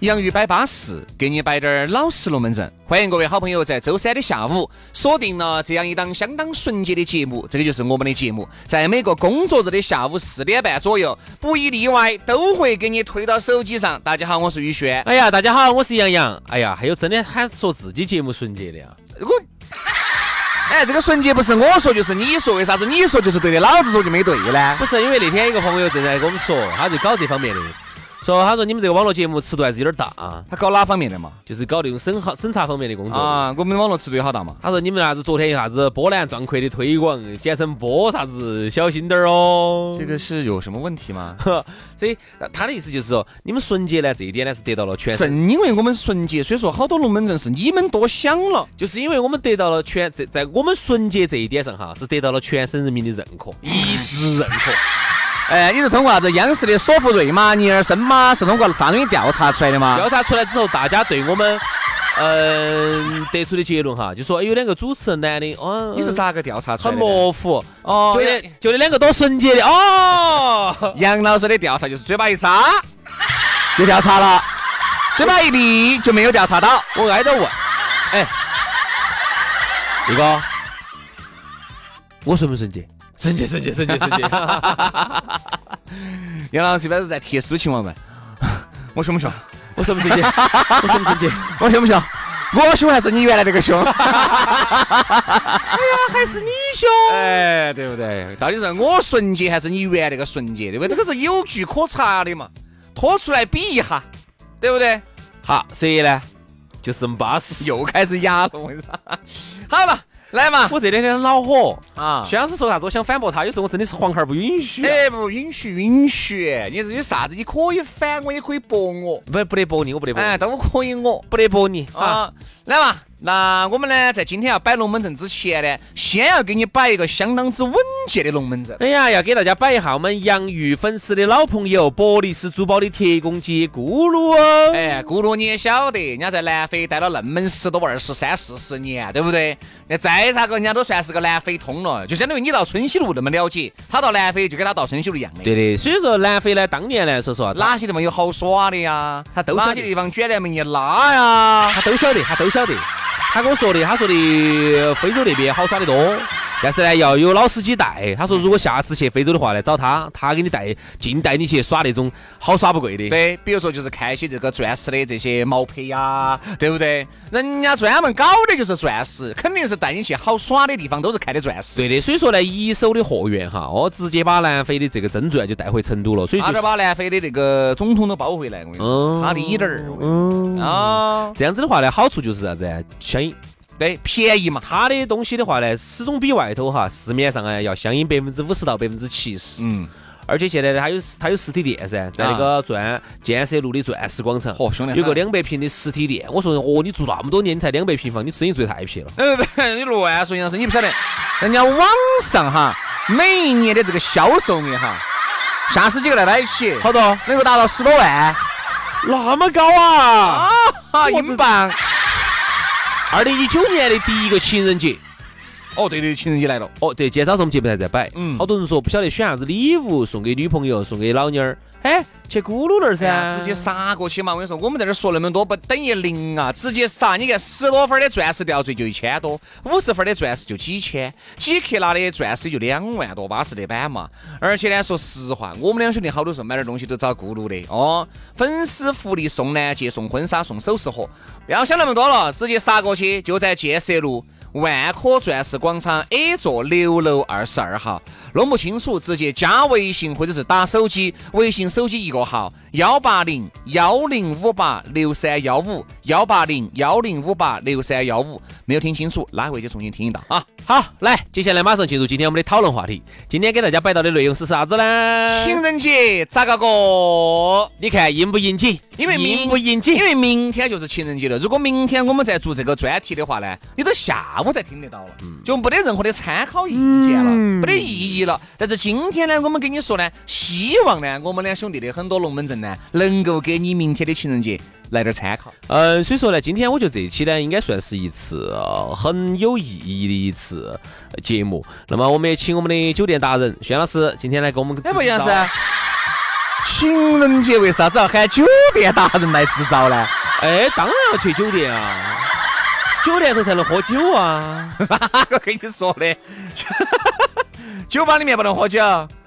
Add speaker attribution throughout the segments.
Speaker 1: 洋芋摆巴适，给你摆点儿老实龙门阵。欢迎各位好朋友在周三的下午锁定了这样一档相当纯洁的节目，这个就是我们的节目，在每个工作日的下午四点半左右，不一例外都会给你推到手机上。大家好，我是宇轩。
Speaker 2: 哎呀，大家好，我是杨洋。哎呀，还有真的喊说自己节目纯洁的啊！
Speaker 1: 呃我， 哎，这个纯洁不是我说就是你说，为啥子你说就是对的，老子说就没对呢
Speaker 2: 不？是因为那天一个朋友正在跟我们说，他就搞这方面的，说他说你们这个网络节目尺度还是有点大、啊，
Speaker 1: 他搞哪方面的嘛？
Speaker 2: 就是搞那种审核审查方面的工作。
Speaker 1: 啊，我们网络尺度有好大嘛？
Speaker 2: 他说你们啥子昨天有啥子波澜壮阔的推广，简称波啥子，小心点儿哦。
Speaker 1: 这个是有什么问题吗？
Speaker 2: 呵， 所以呃他的意思就是说，你们纯洁呢这一点呢是得到了全省
Speaker 1: 正因为我们纯洁，所以说好多龙门阵是你们多想了。
Speaker 2: 就是因为我们得到了全在在我们纯洁这一点上哈，是得到了全省人民的认可，
Speaker 1: 啊
Speaker 2: 一致认可。
Speaker 1: 哎，你是通过啥子央视的索福瑞吗？尼尔森吗？是通过上面调查出来的吗？
Speaker 2: 调查出来之后，大家对我们嗯、得出的结论哈，就说哎有两个主持人男的，哦，
Speaker 1: 你是咋个调查出
Speaker 2: 很
Speaker 1: 来的？
Speaker 2: 模糊，
Speaker 1: 哦
Speaker 2: 就那就那两个多纯洁的 哦，
Speaker 1: 杨老师的调查就是嘴巴一 扎就调查了，嘴巴一闭就没有调查到。
Speaker 2: 我挨着问，哎，那个，我纯不纯洁？纯洁，纯洁，纯洁，纯洁。
Speaker 1: 杨老师一般是在特殊情况问， 我凶不凶？
Speaker 2: 我纯不纯洁？我纯不纯洁？
Speaker 1: 我凶不凶？我凶还是你原来那个 凶？
Speaker 2: 哎还是你凶？
Speaker 1: 哎，对不对？到底是我纯洁还是你原来那个纯洁？对不对？这个是有据可查的嘛，拖出来比一下，对不对？
Speaker 2: 好，所以呢， 就是巴适。
Speaker 1: 又开始哑了，我跟你说。好了，来嘛，
Speaker 2: 我这两天恼火
Speaker 1: 啊
Speaker 2: 薛老师说啥子，我想反驳他，有时候我真的是黄孩儿不允许啊、
Speaker 1: 哎，不允许允许，你是有啥子？你可以反我，也可以驳我，
Speaker 2: 不不得驳你，我不得驳你，
Speaker 1: 哎，但我可以我
Speaker 2: 不得驳你啊！
Speaker 1: 啊。来嘛，那我们呢，在今天要摆龙门阵之前呢，先要给你摆一个相当之稳健的龙 门阵。
Speaker 2: 哎呀，要给大家摆一下我们洋芋粉丝的老朋友伯利斯珠宝的铁公鸡咕噜哦。
Speaker 1: 哎，咕噜你也晓得，人家在南非待了那么十多、二十三、四十年，对不对？那再咋个，人家都算是个南非通了，就相当于你到春熙路那么了解，他到南非就跟他到春熙路一样的。
Speaker 2: 对的，所以说南非呢，当年来说实啊话，
Speaker 1: 哪些地方有好耍的呀？
Speaker 2: 他都晓得
Speaker 1: 哪些地方卷帘门一拉呀？
Speaker 2: 他都晓得，他都晓得。他跟我说的，他说的呃非洲那边好耍得多，但是呢要有老司机带。他说如果下次去非洲的话呢，找他，他给你带，尽带你去耍那种好耍不贵的。
Speaker 1: 对，比如说就是看一些这个钻石的这些毛坯呀、对不对？人家专门搞的就是钻石，肯定是带你去好耍的地方都是看的钻石。
Speaker 2: 对的，所以说呢，一手的货源哈，哦，直接把南非的这个珍啊钻就带回成都了，所以
Speaker 1: 差
Speaker 2: 就
Speaker 1: 点把南非的那个总统都包回来，我跟你说，
Speaker 2: 嗯
Speaker 1: 差滴点儿。我跟你说
Speaker 2: 嗯，
Speaker 1: 啊，
Speaker 2: 这样子的话呢，好处就是啥子啊？相应
Speaker 1: 对，便宜嘛。
Speaker 2: 它的东西的话呢，始终比外头哈市面上啊要相应百分之五十到百分之七十。
Speaker 1: 嗯，
Speaker 2: 而且现在它有它有实体店噻，在那个钻建设路的钻石广场，
Speaker 1: 嚯啊哦兄弟
Speaker 2: 有个两百平的实体店。我说哦，你住那么多年，你才两百平方，你生意最太撇了。
Speaker 1: 哎不不，你乱说，杨生，你不晓得，人家网上哈每一年的这个销售额哈，下十几个来摆起，
Speaker 2: 好多，
Speaker 1: 能够达到十多万
Speaker 2: 那么高啊！
Speaker 1: 啊英镑。
Speaker 2: 二零一九年的第一个情人节，
Speaker 1: 哦，对对，情人节来了。
Speaker 2: 哦，对，今天早上我们节目还在摆，
Speaker 1: 嗯
Speaker 2: 好多人说不晓得选啥子礼物送给女朋友，送给老妞儿，哎，去咕噜那儿噻，
Speaker 1: 直接杀过去嘛！我跟你说，我们在这儿说那么多不等于零啊，直接杀！你看十多分的钻石吊坠就一千多，五十分的钻石就几千，几克拉的钻石就两万多，巴适的板嘛！而且呢，说实话，我们两兄弟好多时候买点东西都找咕噜的哦。粉丝福利送钻戒、送婚纱、送首饰盒，不要想那么多了，直接杀过去，就在建设路。万科钻石广场 A 座六楼二十二号。弄不清楚，直接加微信或者是打手机，微信手机一个号幺八零幺零五八六三幺五幺八零幺零五八六三幺五。没有听清楚，拉回去重新听一道啊。
Speaker 2: 好，来，接下来马上进入今天我们的讨论话题。今天给大家摆到的内容是啥子呢？
Speaker 1: 情人节咋个过？
Speaker 2: 你看应不应景？
Speaker 1: 因为明
Speaker 2: 应不应景
Speaker 1: 因？为明天就是情人节了。如果明天我们再做这个专题的话呢，你都下午才听得到了，就没得任何的参考意见了，没得意义了。但是今天呢，我们跟你说呢，希望呢，我们两兄弟的很多龙门阵呢，能够给你明天的情人节来点参考。
Speaker 2: 嗯，所以说呢，今天我觉得这一期呢，应该算是一次、呃很有意义的一次呃节目。那么我们也请我们的酒店达人轩老师今天来给我们
Speaker 1: 哎，不一样
Speaker 2: 指导
Speaker 1: 噻。情人节为啥子要喊酒店达人来支招呢？
Speaker 2: 哎，当然要去酒店啊，酒店头才能喝酒啊。
Speaker 1: 哪个跟你说的？ 酒吧里面不能喝酒，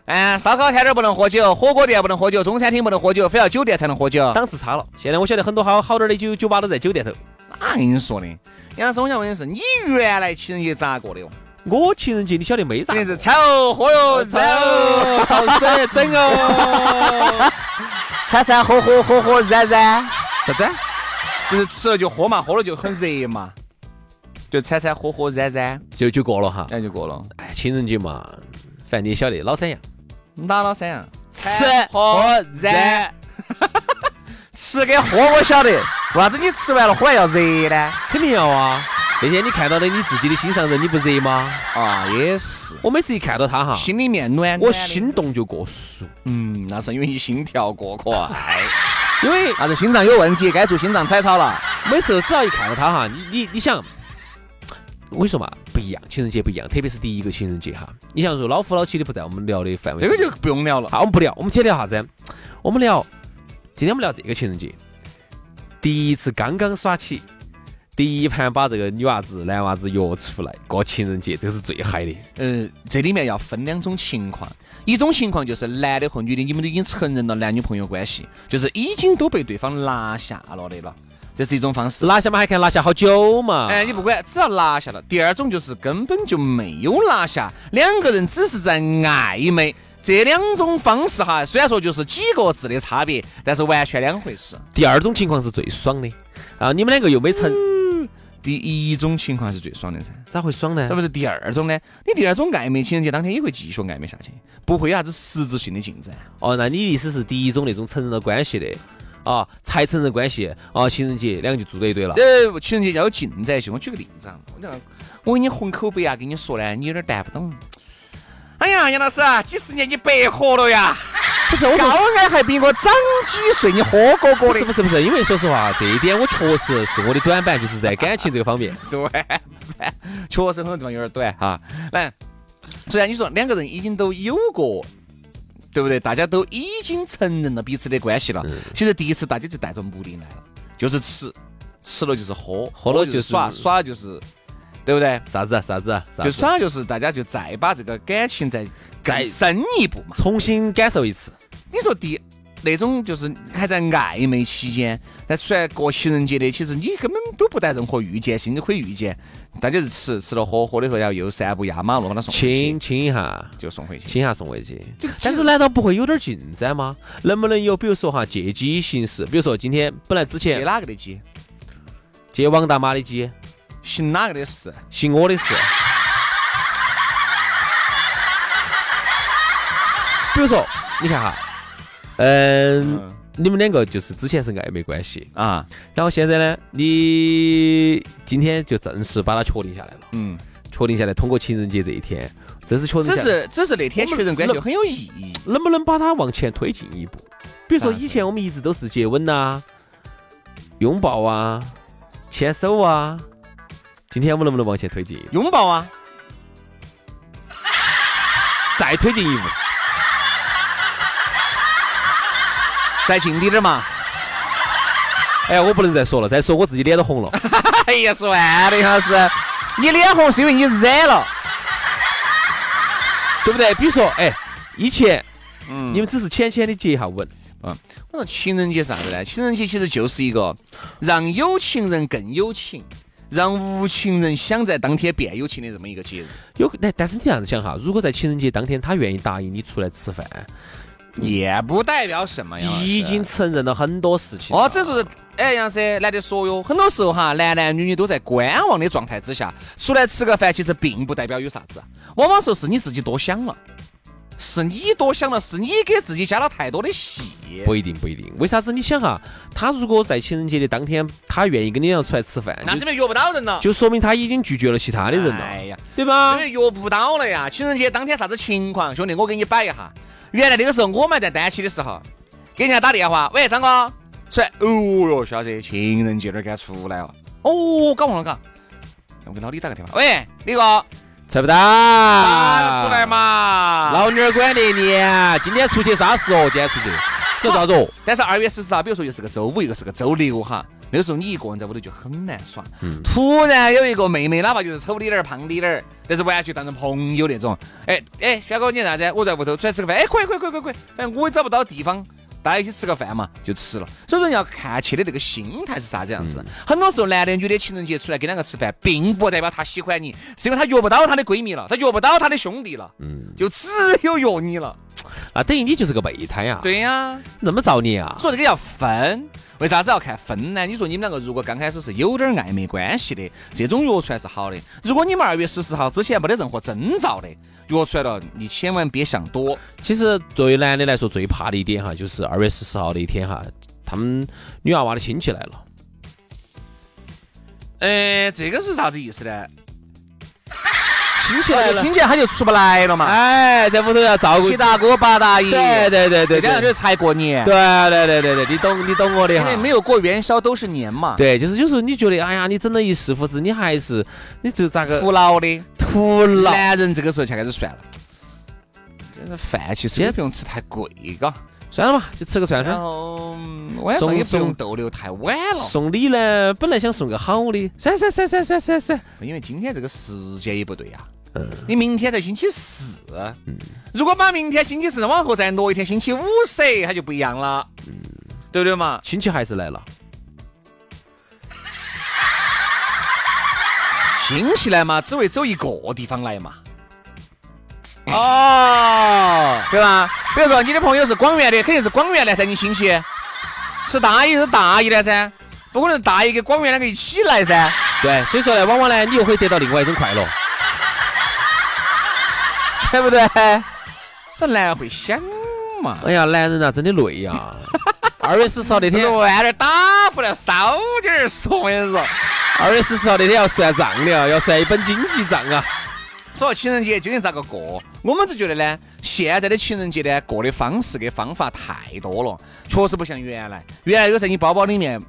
Speaker 1: 哎，烧烤摊儿不能喝酒，火锅店不能喝酒，中餐厅不能喝酒，非要酒店才能喝酒。
Speaker 2: 档次差了。现在我晓得很多好好点儿的酒酒吧都在酒店头。
Speaker 1: 哪跟你说的？杨老师，我想问的是，你原来情人节咋过的哟？
Speaker 2: 我情人节你晓得没咋
Speaker 1: 肯？定是丑喝哟，
Speaker 2: 走，潮 水整哦。
Speaker 1: 吃吃喝喝喝喝热热。啥子？就是吃了就喝嘛，喝了就很热嘛，就掺掺喝喝热热，
Speaker 2: 就就过了哈。
Speaker 1: 那就过了。
Speaker 2: 哎，情人节嘛，反正你也晓得，老三样。
Speaker 1: 哪老三样？吃
Speaker 2: 喝
Speaker 1: 热。 吃跟喝我晓得，为啥子你吃完了忽然要热呢？
Speaker 2: 肯定要啊。那天你看到的你自己的心上人，你不热吗？
Speaker 1: 啊，也是，
Speaker 2: 我每次一看到他哈，
Speaker 1: 心里面暖
Speaker 2: 我
Speaker 1: 暖的
Speaker 2: 心动就过速，
Speaker 1: 嗯，那是因为你心跳过快，
Speaker 2: 因为
Speaker 1: 那是心脏有问题，该做心脏彩超了。
Speaker 2: 每次只要一看到他哈，你你你想，我跟你说嘛，啊不一样，情人节不一样，特别是第一个情人节哈。你像说老夫老妻的不在我们聊的范围之
Speaker 1: 这
Speaker 2: 内，
Speaker 1: 个就不用聊了。
Speaker 2: 好，我们不聊，我们今天聊啥子？我们聊，今天我们聊这个情人节，第一次刚刚耍起，第一盘把这个女娃子、男娃子约出来过情人节，这个是最嗨的。
Speaker 1: 呃，这里面要分两种情况，一种情况就是男的和女的，你们都已经承认了男女朋友关系，就是已经都被对方拿下了的了，这是一种方式。
Speaker 2: 拿下嘛，还看拿下好久嘛？
Speaker 1: 哎，你不管，只要拿下了。第二种就是根本就没有拿下，两个人只是在暧昧。这两种方式哈，虽然说就是几个字的差别，但是完全两回事。
Speaker 2: 第二种情况是最爽的啊！你们两个又没成，
Speaker 1: 嗯第一种情况是最爽的噻，
Speaker 2: 咋会爽呢
Speaker 1: 这？不是第二种呢？你第二种暧昧，情人节当天也会继续暧昧下去，不会有啥子实质性的进展。
Speaker 2: 哦，那你的意思是第一种那种承认了关系的啊，才承认关系啊，情人节两个就住在一堆了。
Speaker 1: 呃，情人节要有进展性。我举个例子啊，我讲，我给你混口碑啊，跟你说呢，你有点担不懂。哎呀，杨老师啊，几十年你白活了呀！
Speaker 2: 不是，我
Speaker 1: 高矮还比我长几岁，你喝哥哥
Speaker 2: 不
Speaker 1: 的
Speaker 2: 是不是不是，因为说实话，这一点我确实是我的短板，就是在感情这个方面。
Speaker 1: 短，确实很多地方有点短哈。来，虽然你说两个人已经都有过。对不对？大家都已经承认了彼此的关系了。
Speaker 2: 嗯
Speaker 1: 其实第一次大家就带着目的来了，就是吃，吃了就是喝，
Speaker 2: 喝了
Speaker 1: 就是
Speaker 2: 就是嗯
Speaker 1: 耍，耍了就是，对不对？
Speaker 2: 啥子啊啥子啊啥子啊？
Speaker 1: 就耍就是大家就再把这个感情再
Speaker 2: 再
Speaker 1: 再深一步嘛。
Speaker 2: 重新感受一次。
Speaker 1: 你说第那种就是还在暧昧期间，那出来过情人节的，其实你根本都不带任何预见性，你可以预见，大家是吃吃了喝，喝的时候然后又散步压马路，把他送回去
Speaker 2: 亲，亲一下，
Speaker 1: 就送回去。
Speaker 2: 亲一下送回去。但是难道不会有点进展吗？能不能有比如说哈借机行事？比如说今天本来之
Speaker 1: 接
Speaker 2: 前
Speaker 1: 哪个的鸡，
Speaker 2: 借王大妈的鸡，
Speaker 1: 行哪个的事，
Speaker 2: 行我的事。比如说，你看哈，嗯，
Speaker 1: 嗯
Speaker 2: 你们两个就是之前是暧昧关系，
Speaker 1: 啊，
Speaker 2: 然后现在呢，你今天就正式把它确定下来了，
Speaker 1: 嗯，
Speaker 2: 确定下来，通过情人节这一天，正式确认下
Speaker 1: 只
Speaker 2: 来。
Speaker 1: 是只是那天
Speaker 2: 我
Speaker 1: 确
Speaker 2: 们
Speaker 1: 认关系
Speaker 2: 那
Speaker 1: 很有意义。
Speaker 2: 能不能把它往前推进一步？比如说
Speaker 1: 啥子
Speaker 2: 以前我们一直都是接吻呐、拥抱啊、牵手啊，今天我们能不能往前推进一步？
Speaker 1: 拥抱啊，
Speaker 2: 再推进一步，
Speaker 1: 再近滴点儿嘛。
Speaker 2: 哎，我不能再说了，再说我自己脸都红了。
Speaker 1: 哎呀，算了，杨老师， 你脸红是因为你惹了。
Speaker 2: 对不对？比如说，哎，以前
Speaker 1: 嗯
Speaker 2: 你们只是浅浅的接一下吻，
Speaker 1: 我说情人节是啥子呢？情人节其实就是一个让有情人更有情，让无情人想在当天变有情的这么一个节日。
Speaker 2: 有，哎但但是你这样子想哈，如果在情人节当天他愿意答应你出来吃饭，
Speaker 1: 哎也不代表什么呀，
Speaker 2: 嗯已经承认了很多事情了。
Speaker 1: 啊哦，这就是哎，杨师难得说哟，很多时候哈，男男女女都在观望的状态之下，出来吃个饭，其实并不代表有啥子，往往时候是你自己多想了，是你多想了，是你给自己加了太多的戏。
Speaker 2: 不一定，不一定。为啥子？你想哈，他如果在情人节的当天，他愿意跟你俩出来吃饭，
Speaker 1: 那
Speaker 2: 就是
Speaker 1: 不是约不到人了？
Speaker 2: 就说明他已经拒绝了其他的人
Speaker 1: 哎
Speaker 2: 了，
Speaker 1: 呀，
Speaker 2: 对吧
Speaker 1: 所？以约不到了呀。情人节当天啥子情况？兄弟，我给你摆一下。原来那个时候我们还在单期的时候，给人家打电话，喂，张哥，出来。哦哟，小子，情人节哪儿敢出来哦？哦，搞忘了，嘎，我给老李打个电话。喂，李哥，
Speaker 2: 猜不到，
Speaker 1: 啊，出来嘛。
Speaker 2: 老娘儿管得你！今天出去啥事哦？今天出去有啥子哦？
Speaker 1: 但是二月十四号，比如说又是个周五，一个是个周六哈，那个时候你一个人在屋头就很难耍。突然有一个妹妹，哪怕就是丑滴点儿、胖滴点儿，但是完全当成朋友那种。哎哎，轩哥，你啥子？我在屋头出来吃个饭。哎，可以可以可以可以可以，反正我也找不到地方。大家一起吃个饭嘛，就吃了。所以说你要看起的这个心态是啥子样子。很多时候，男的女的情人节出来跟两个吃饭，并不代表他喜欢你，是因为他约不到他的闺蜜了，他约不到他的兄弟了，
Speaker 2: 嗯，
Speaker 1: 就只有约你了。
Speaker 2: 那等于你就是个备胎呀，，
Speaker 1: 对呀、
Speaker 2: 那么造孽啊？
Speaker 1: 所以这个要分，为啥子要看分呢？你说你们两个如果刚开始是有点暧昧关系的，这种约出来是好的。如果你们二月十四号之前没得任何征兆的，约出来了，你千万别想多。
Speaker 2: 其实作为男的来说，最怕的一点哈，就是二月十四号那一天哈，他们女娃娃的亲戚来了。
Speaker 1: 呃，这个是啥子意思呢？
Speaker 2: 亲戚
Speaker 1: 就亲戚他就出不来了嘛。
Speaker 2: 哎，在屋头要照顾。
Speaker 1: 七大姑八大姨，
Speaker 2: 对对对对
Speaker 1: 这两
Speaker 2: 对
Speaker 1: 天才过年，
Speaker 2: 对对对对，你懂你懂我的
Speaker 1: 因为
Speaker 2: 哈。
Speaker 1: 没有过元宵都是年嘛，
Speaker 2: 对，就是有时候你觉得，哎呀，你整了一世胡子，你还是你就咋个
Speaker 1: 徒劳的。
Speaker 2: 徒劳。
Speaker 1: 男人这个时候才开始算了，这个饭其实也不用吃太贵，嘎。
Speaker 2: 算了嘛，就吃个串
Speaker 1: 然
Speaker 2: 串。
Speaker 1: 后晚上也不用逗留太晚了，
Speaker 2: 送礼呢，本来想送个好的，算算算算算算算。
Speaker 1: 因为今天这个时间也不对啊。
Speaker 2: 嗯
Speaker 1: 你明天才星期四，如果把明天星期四往后再挪一天，星期五噻，它就不一样了，对不对嘛？
Speaker 2: 亲戚还是来了，
Speaker 1: 亲戚来嘛，只会走一个地方来嘛。哦，对吧？比如说你的朋友是广元的，肯定是广元来噻，你亲戚是大姨是大姨来�噻，不可能大姨跟广元两个一起来噻。
Speaker 2: 对，所以说呢，往往呢，你又会得到另外一种快乐。
Speaker 1: 对不对？这男人会想嘛，
Speaker 2: 哎呀，男人呐、真的累呀、二月十四号那天，
Speaker 1: 乱点打呼了，烧点儿说，我跟你说。
Speaker 2: 二月十四号那天要算账的啊，要算一本经济账啊。
Speaker 1: 所以情人节究竟咋个过？我们只觉得呢，现在的情人节呢，过的方式跟方法太多了，确实不像原来。原来有时候你包包里面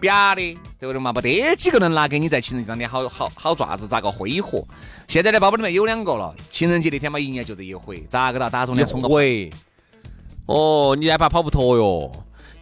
Speaker 1: 瘪的，对不对嘛？没得几个能拿给你在情人节当天好好好爪子咋个挥霍。现在的包包里面有两个了，情人节那天嘛，一年就这一回，咋个了？打中呢？冲个
Speaker 2: 喂，哦，你还怕跑不脱哟？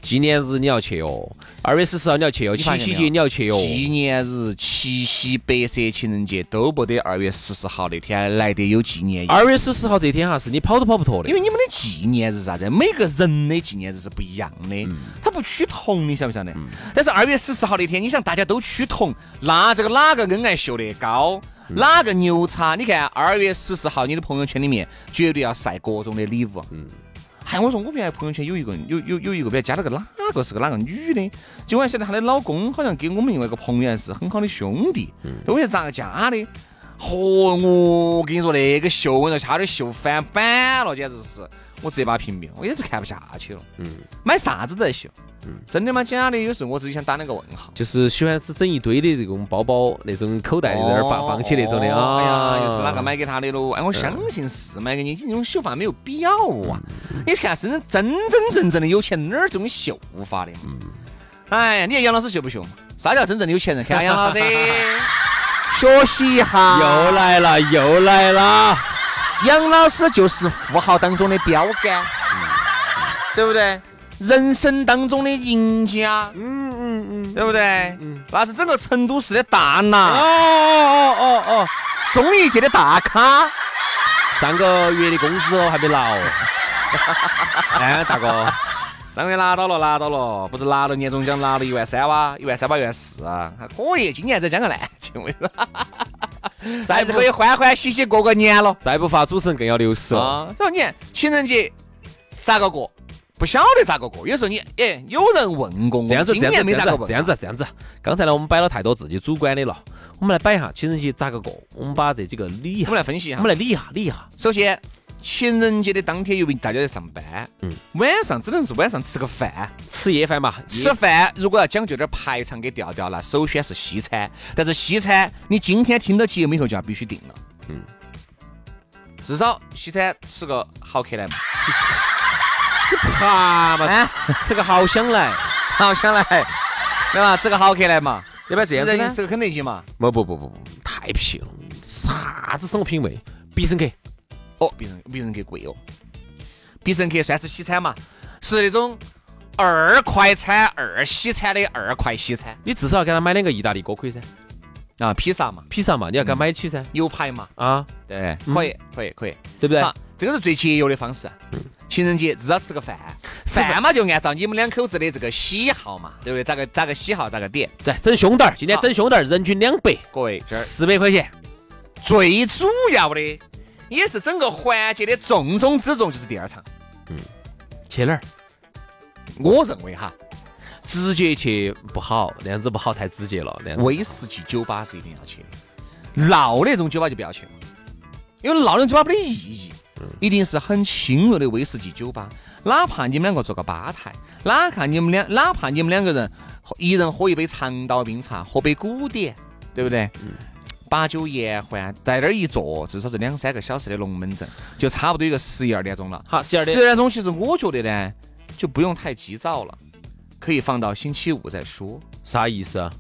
Speaker 2: 纪念日你要去哟，二月十四号你要去哟，
Speaker 1: 你
Speaker 2: 七
Speaker 1: 发现
Speaker 2: 夕
Speaker 1: 没有
Speaker 2: 节你要去哟。
Speaker 1: 纪念日、七夕、白色情人节都不得二月十四号那天来得有纪念意义，
Speaker 2: 二月十四号这天哈，是你跑都跑不脱的
Speaker 1: 因。为你们的纪念日是啥子？每个人的纪念日是不一样的，它不趋同，你晓不晓得？但是二月十四号那天，你想大家都趋同，那这个哪个恩爱秀得高？哪个牛叉？你看二月十四号，你的朋友圈里面绝对要晒各种的礼物。嗯，还我说我原来朋友圈有一个有有有一个，不要加了个哪个是个哪个女的，结果还晓得她的老公好像跟我们另外一个朋友还是很好的兄弟，我也咋个加的？嚯、哦我跟你说那个秀，我跟你说差点秀翻版了，简直是，我直接把它屏蔽了，我也是看不下去了。嗯，买啥子都在秀，
Speaker 2: 嗯
Speaker 1: 真的吗？假的？有时候我自己想打两个问号。
Speaker 2: 就是喜欢是整一堆的这种包包，那种口袋里在那儿放放起那种的
Speaker 1: 哦
Speaker 2: 啊。嗯
Speaker 1: 哎呀，又是哪个？买给他的喽？哎，我相信是买给你，你这种秀法没有必要啊！
Speaker 2: 嗯
Speaker 1: 你看，真正真真正正的有钱人哪儿这种秀法的嘛？
Speaker 2: 嗯
Speaker 1: 哎呀，你看杨老师秀不秀嘛？啥叫真正的有钱人？看下 杨老师，学习一下。
Speaker 2: 又来了，又来了。
Speaker 1: 杨老师就是富豪当中的标杆，对不对？人生当中的赢家，
Speaker 2: 嗯嗯嗯。
Speaker 1: 对不对？那是整个成都市的大拿，
Speaker 2: 哦哦哦哦！
Speaker 1: 综艺界的大咖。
Speaker 2: 上个月的工资哦还没拿哦。哎，大哥，
Speaker 1: 上回拿到了，拿到了，不是拿了年终奖，拿了一万三哇，一万三吧，一万四啊，还可以。今年再讲个烂节目， 还是可以欢欢喜喜过个年了。
Speaker 2: 再不发，主持人更要哦流失了。
Speaker 1: 啊，然后你看情人节咋个过？不晓得咋个过。有时候你，哎，有人问过我，
Speaker 2: 这样子，
Speaker 1: 今
Speaker 2: 这样子，
Speaker 1: 年没
Speaker 2: 这
Speaker 1: 咋个
Speaker 2: 样子，
Speaker 1: 问。
Speaker 2: 这样子，这样子。刚才呢，我们摆了太多自己主观的了，我们来摆一下情人节咋个过。我们把这几个理一
Speaker 1: 我
Speaker 2: 下
Speaker 1: 们，来分析一下
Speaker 2: 我。们来理一下，理一下。
Speaker 1: 首先，情人节的当天，由于大家在上班，
Speaker 2: 嗯
Speaker 1: 嗯，晚上只能是晚上吃个饭。
Speaker 2: 吃夜饭嘛，
Speaker 1: 吃饭如果要讲究点排场给调调，那首选是西餐。但是西餐，你今天听到节目以后就要啊必须定了。
Speaker 2: 嗯
Speaker 1: 嗯，至少西餐吃个好客来嘛，
Speaker 2: 爬嘛，
Speaker 1: 啊，
Speaker 2: 吃个好香来。
Speaker 1: 好想来，对吧？吃个好客来嘛，
Speaker 2: 要不然这样子
Speaker 1: 吃人
Speaker 2: 呢？
Speaker 1: 吃个肯德基嘛。
Speaker 2: 不不不不不，太皮了，啥子生活品味？必胜客，
Speaker 1: 哦，必胜必胜客贵哦，必胜客算是西餐嘛，是那种二快餐、二西餐的二快西餐
Speaker 2: 你至少要给他买两个意大利锅盔噻，
Speaker 1: 啊，披萨嘛，
Speaker 2: 披萨嘛，你要给他买起噻，
Speaker 1: 牛排嘛，
Speaker 2: 啊，
Speaker 1: 对，
Speaker 2: 嗯
Speaker 1: 可以，可以，可以。
Speaker 2: 对不对？
Speaker 1: 好，这个是最节约的方式。啊情人节至嗯少吃个饭，
Speaker 2: 饭
Speaker 1: 饭嘛就按照你们两口子的这个喜好嘛，对不对？咋个咋个喜好咋个点。
Speaker 2: 对，整胸蛋儿，今天整胸蛋儿，人均两百，
Speaker 1: 各位，这儿
Speaker 2: 四百块钱。
Speaker 1: 最主要的也是整个环节的重中之重就是第二场。
Speaker 2: 去哪儿？
Speaker 1: 我认为哈，
Speaker 2: 直接去不好，那样子不好，太直接了。那样子
Speaker 1: 威士忌酒吧是一定要去的，闹那种酒吧就不要去了，因为闹那种酒吧没得意义。
Speaker 2: 嗯
Speaker 1: 一定是很轻柔的威士忌酒吧，哪怕你们两个做个吧台，哪怕你们两，哪怕你们两个人一人喝一杯长岛冰茶，喝杯古典，对不对？
Speaker 2: 嗯
Speaker 1: 把酒言欢，在那儿一坐，至少是两三个小时的龙门阵，就差不多有个十一二点钟了。
Speaker 2: 好，十二
Speaker 1: 十
Speaker 2: 点。
Speaker 1: 点钟其实我觉得呢，就不用太急躁了，可以放到星期五再说。
Speaker 2: 啥意思啊？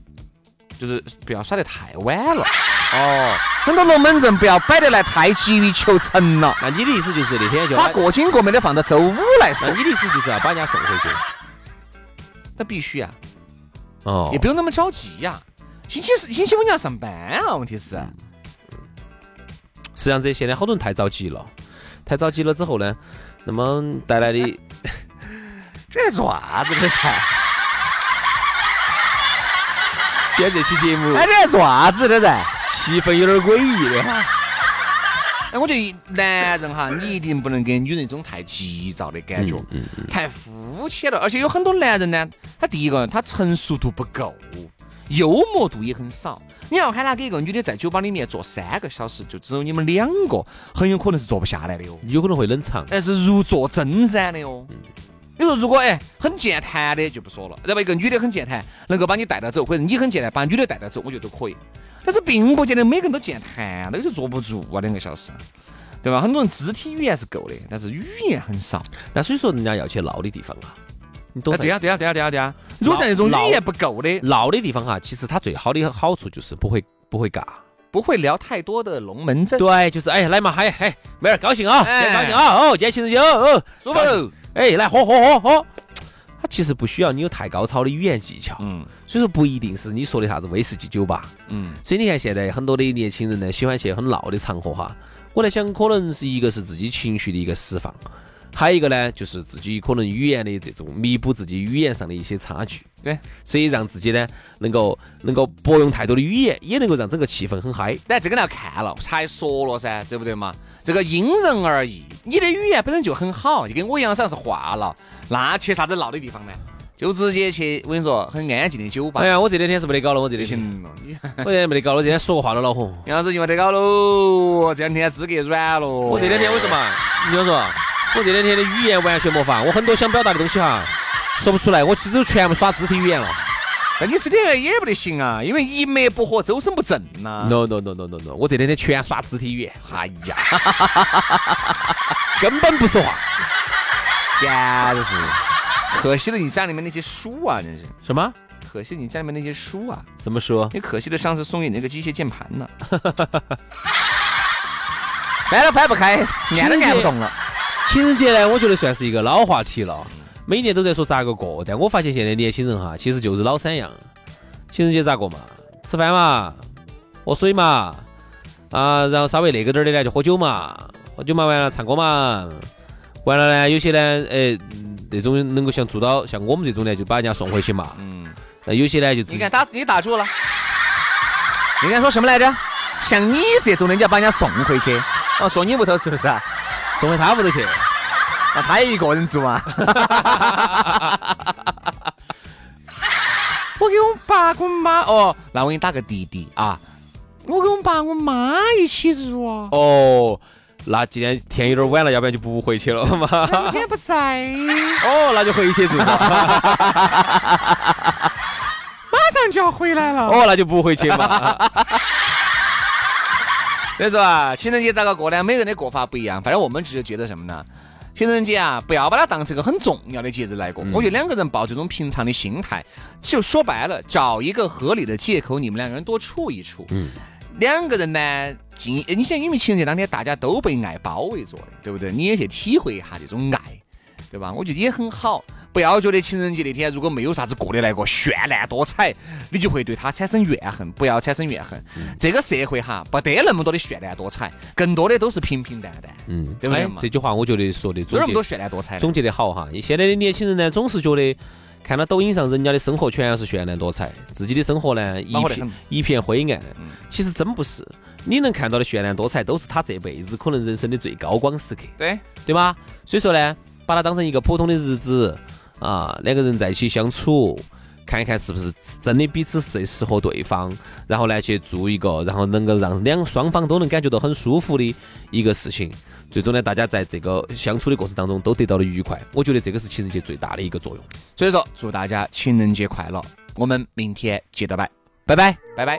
Speaker 1: 就是不要耍得太晚了。哦，很多龙门阵不要摆得来太急于求成了，
Speaker 2: 那你的意思就是那天就
Speaker 1: 把过紧过美的放到周五来说
Speaker 2: 那，你的意思就是要把人家送回去？
Speaker 1: 哎那必须啊，
Speaker 2: 哦
Speaker 1: 也不用那么着急呀、星期四、星期五你要上班啊，问题是，
Speaker 2: 实际上这现在好多人太着急了，太着急了之后呢，那么带来的
Speaker 1: 这是做啥子的噻？
Speaker 2: 今天这期节目
Speaker 1: 哎，这是做啥子的噻？
Speaker 2: 气氛有点诡异的哈。
Speaker 1: 哎，我觉得男人哈，你一定不能给女人一种太急躁的感觉，太肤浅了。而且有很多男人呢，他第一个他成熟度不够，幽默度也很少。你要喊他给一个女的在酒吧里面坐三个小时，就只有你们两个，很有可能是坐不下来的哦。
Speaker 2: 有可能会冷场。
Speaker 1: 但是如坐针毡的哦。你说如果哎很健谈的就不说了，那么一个女的很健谈，能够把你带到走，或者你很健谈把女的带到走，我觉得都可以。但是并不见得每个人都健谈，那个就坐不住啊，两个小时，对吧？很多人肢体语言是够的，但是语言很啊少。
Speaker 2: 那所以说，人家要去闹的地方啊，你懂
Speaker 1: 哎，
Speaker 2: 噻？
Speaker 1: 对呀、对呀、对呀、对呀、对呀、如果在那种
Speaker 2: 老
Speaker 1: 语言不够的，
Speaker 2: 闹的地方哈，其实它最好的好处就是不会不会尬。
Speaker 1: 不会聊太多的龙门阵，
Speaker 2: 对，就是哎来嘛，嗨嗨，妹儿高兴啊，
Speaker 1: 哎
Speaker 2: 今天高兴啊，哦，今天情人节哦哦，
Speaker 1: 舒服喽。
Speaker 2: 哎来喝喝喝喝。它其实不需要你有太高超的语言技巧，
Speaker 1: 嗯
Speaker 2: 所以说不一定是你说的啥子威士忌酒吧。
Speaker 1: 嗯，
Speaker 2: 所以你看现在很多的年轻人呢，喜欢去很闹的场合哈。我在想，可能是一个是自己情绪的一个释放，还有一个呢，就是自己可能语言的这种弥补自己语言上的一些差距。
Speaker 1: 对，
Speaker 2: 所以让自己呢能够能够不用太多的语言，也能够让整个气氛很嗨。
Speaker 1: 但这个呢要看了，才说了噻，对不对嘛？这个因人而异。你的语言本身就很好，就跟我一样，上是话痨，那去啥子闹的地方呢？就直接去，我跟你说，很安静的酒吧
Speaker 2: 哎呀，我这两天是没得搞了，我这
Speaker 1: 就
Speaker 2: 两天
Speaker 1: 行了。你
Speaker 2: 我这两天没得搞了，今天说个话都恼火。
Speaker 1: 你要是就没得搞喽，这两天资格软了。我
Speaker 2: 我这两天为什？么？你听我说，我这两天的语言完全没法，我很多想表达的东西哈，说不出来，我都全部耍肢体语言了。
Speaker 1: 但你这两天也不得行啊，因为一脉不合，周身不正呐、
Speaker 2: No no no no no no，我这两天全耍肢体语言。
Speaker 1: 哎呀，
Speaker 2: 根本不说话。
Speaker 1: 简直是，可惜了你家里面那些书啊，真是，
Speaker 2: 什么？
Speaker 1: 可惜你家里面那些书啊。
Speaker 2: 怎么说？
Speaker 1: 你可惜的上次送给你那个机械键盘 呢，翻都翻不开，按都按不动了。
Speaker 2: 情人节呢，我觉得算是一个老话题了，每年都在说咋个过，但我发现现在年轻人哈，其实就是老三样：情人节咋过嘛？吃饭嘛，喝水嘛，啊，然后稍微那个点儿的呢就喝酒嘛，喝酒嘛完了唱歌嘛，完了呢有些呢，哎，嗯那种能够像做到像我们这种呢，就把人家送回去嘛。嗯。那有些呢就自
Speaker 1: 你
Speaker 2: 己
Speaker 1: 看打你打住了，人家说什么来着？像你这种人家把人家送回去，哦，说你屋头是不是啊？
Speaker 2: 送回他屋头去。
Speaker 1: 那他也一个人住啊 嘛？我给我爸跟我妈哦，那我给你打个滴滴啊！我跟我爸我妈一起住啊，
Speaker 2: 哦，那今天天有点晚了，要不然就不回去了嘛。
Speaker 1: 我今天不在，
Speaker 2: 哦，那就回去住吧。
Speaker 1: 马上就要回来了。
Speaker 2: 哦，那就不回去嘛。
Speaker 1: 所以说啊，情人节咋个过呢？每个人的过法不一样，反正我们只是觉得什么呢？情人节啊，不要把它当成一个很重要的节日来过。我觉得两个人抱这种平常的心态，就说白了，找一个合理的借口，你们两个人多处一处。嗯，两个人呢，尽你想，因为情人节当天大家都被爱包围着的，对不对？你也去体会一下这种爱，对吧？我觉得也很好。不要觉得情人节那天如果没有啥子过得来过绚烂多彩，你就会对他产生怨恨。不要产生怨恨。这个社会哈，不得那么多的绚烂多彩，更多的都是平平淡淡。嗯，对不对
Speaker 2: 哎
Speaker 1: 嘛？
Speaker 2: 这句话我觉得说的
Speaker 1: 哪
Speaker 2: 总
Speaker 1: 有那么
Speaker 2: 结
Speaker 1: 多绚烂多彩的？
Speaker 2: 总结的好哈。现在的年轻人呢，总是觉得看到抖音上人家的生活全是绚烂多彩，自己的生活呢一
Speaker 1: 恼火得
Speaker 2: 片
Speaker 1: 很
Speaker 2: 一片灰暗。其实真不是，你能看到的绚烂多彩，都是他这辈子可能人生的最高光时刻。
Speaker 1: 对，
Speaker 2: 对吧？所以说呢，把它当成一个普通的日子啊，两个人在一起相处，看一看是不是真的彼此最适合对方，然后呢去做一个，然后能够让两双方都能感觉到很舒服的一个事情。最终呢，大家在这个相处的过程当中都得到了愉快，我觉得这个是情人节最大的一个作用。
Speaker 1: 所以说祝大家情人节快乐，我们明天接着拜，拜拜，拜拜。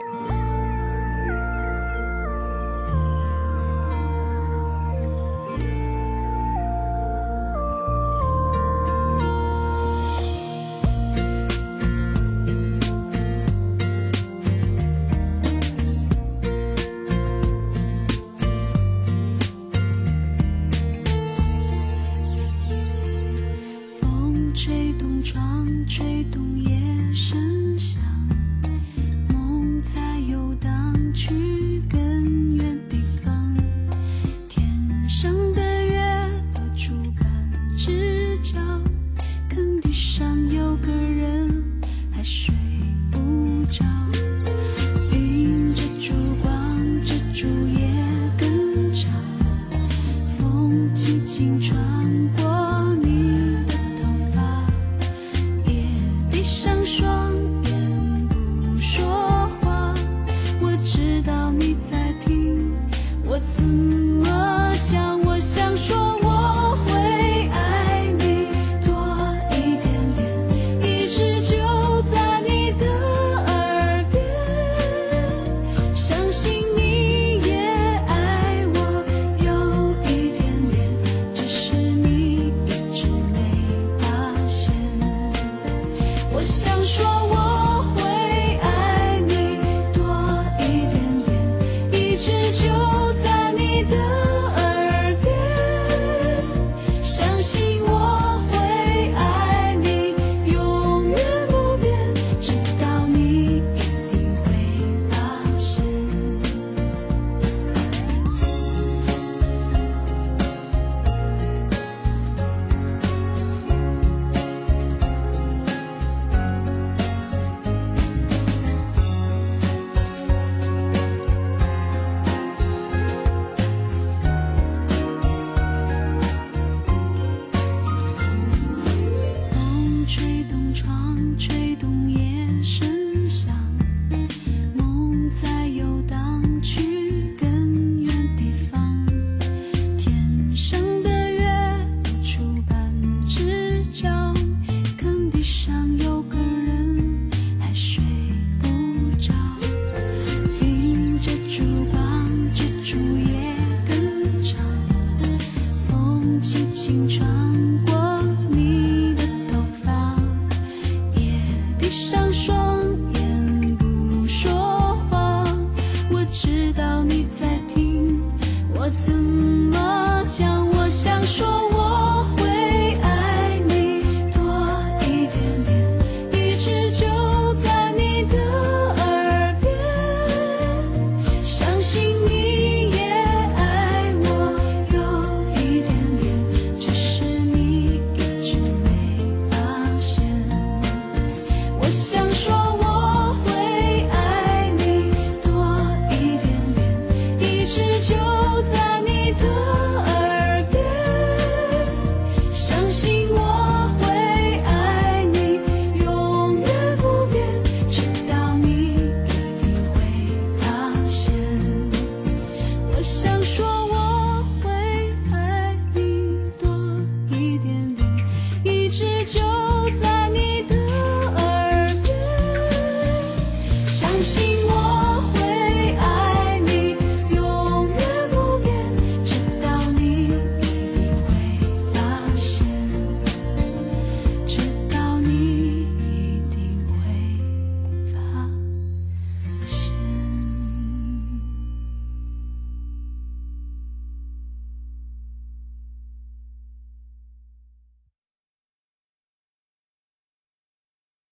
Speaker 3: 风吹动窗，吹动夜声响，梦在悠一直就在。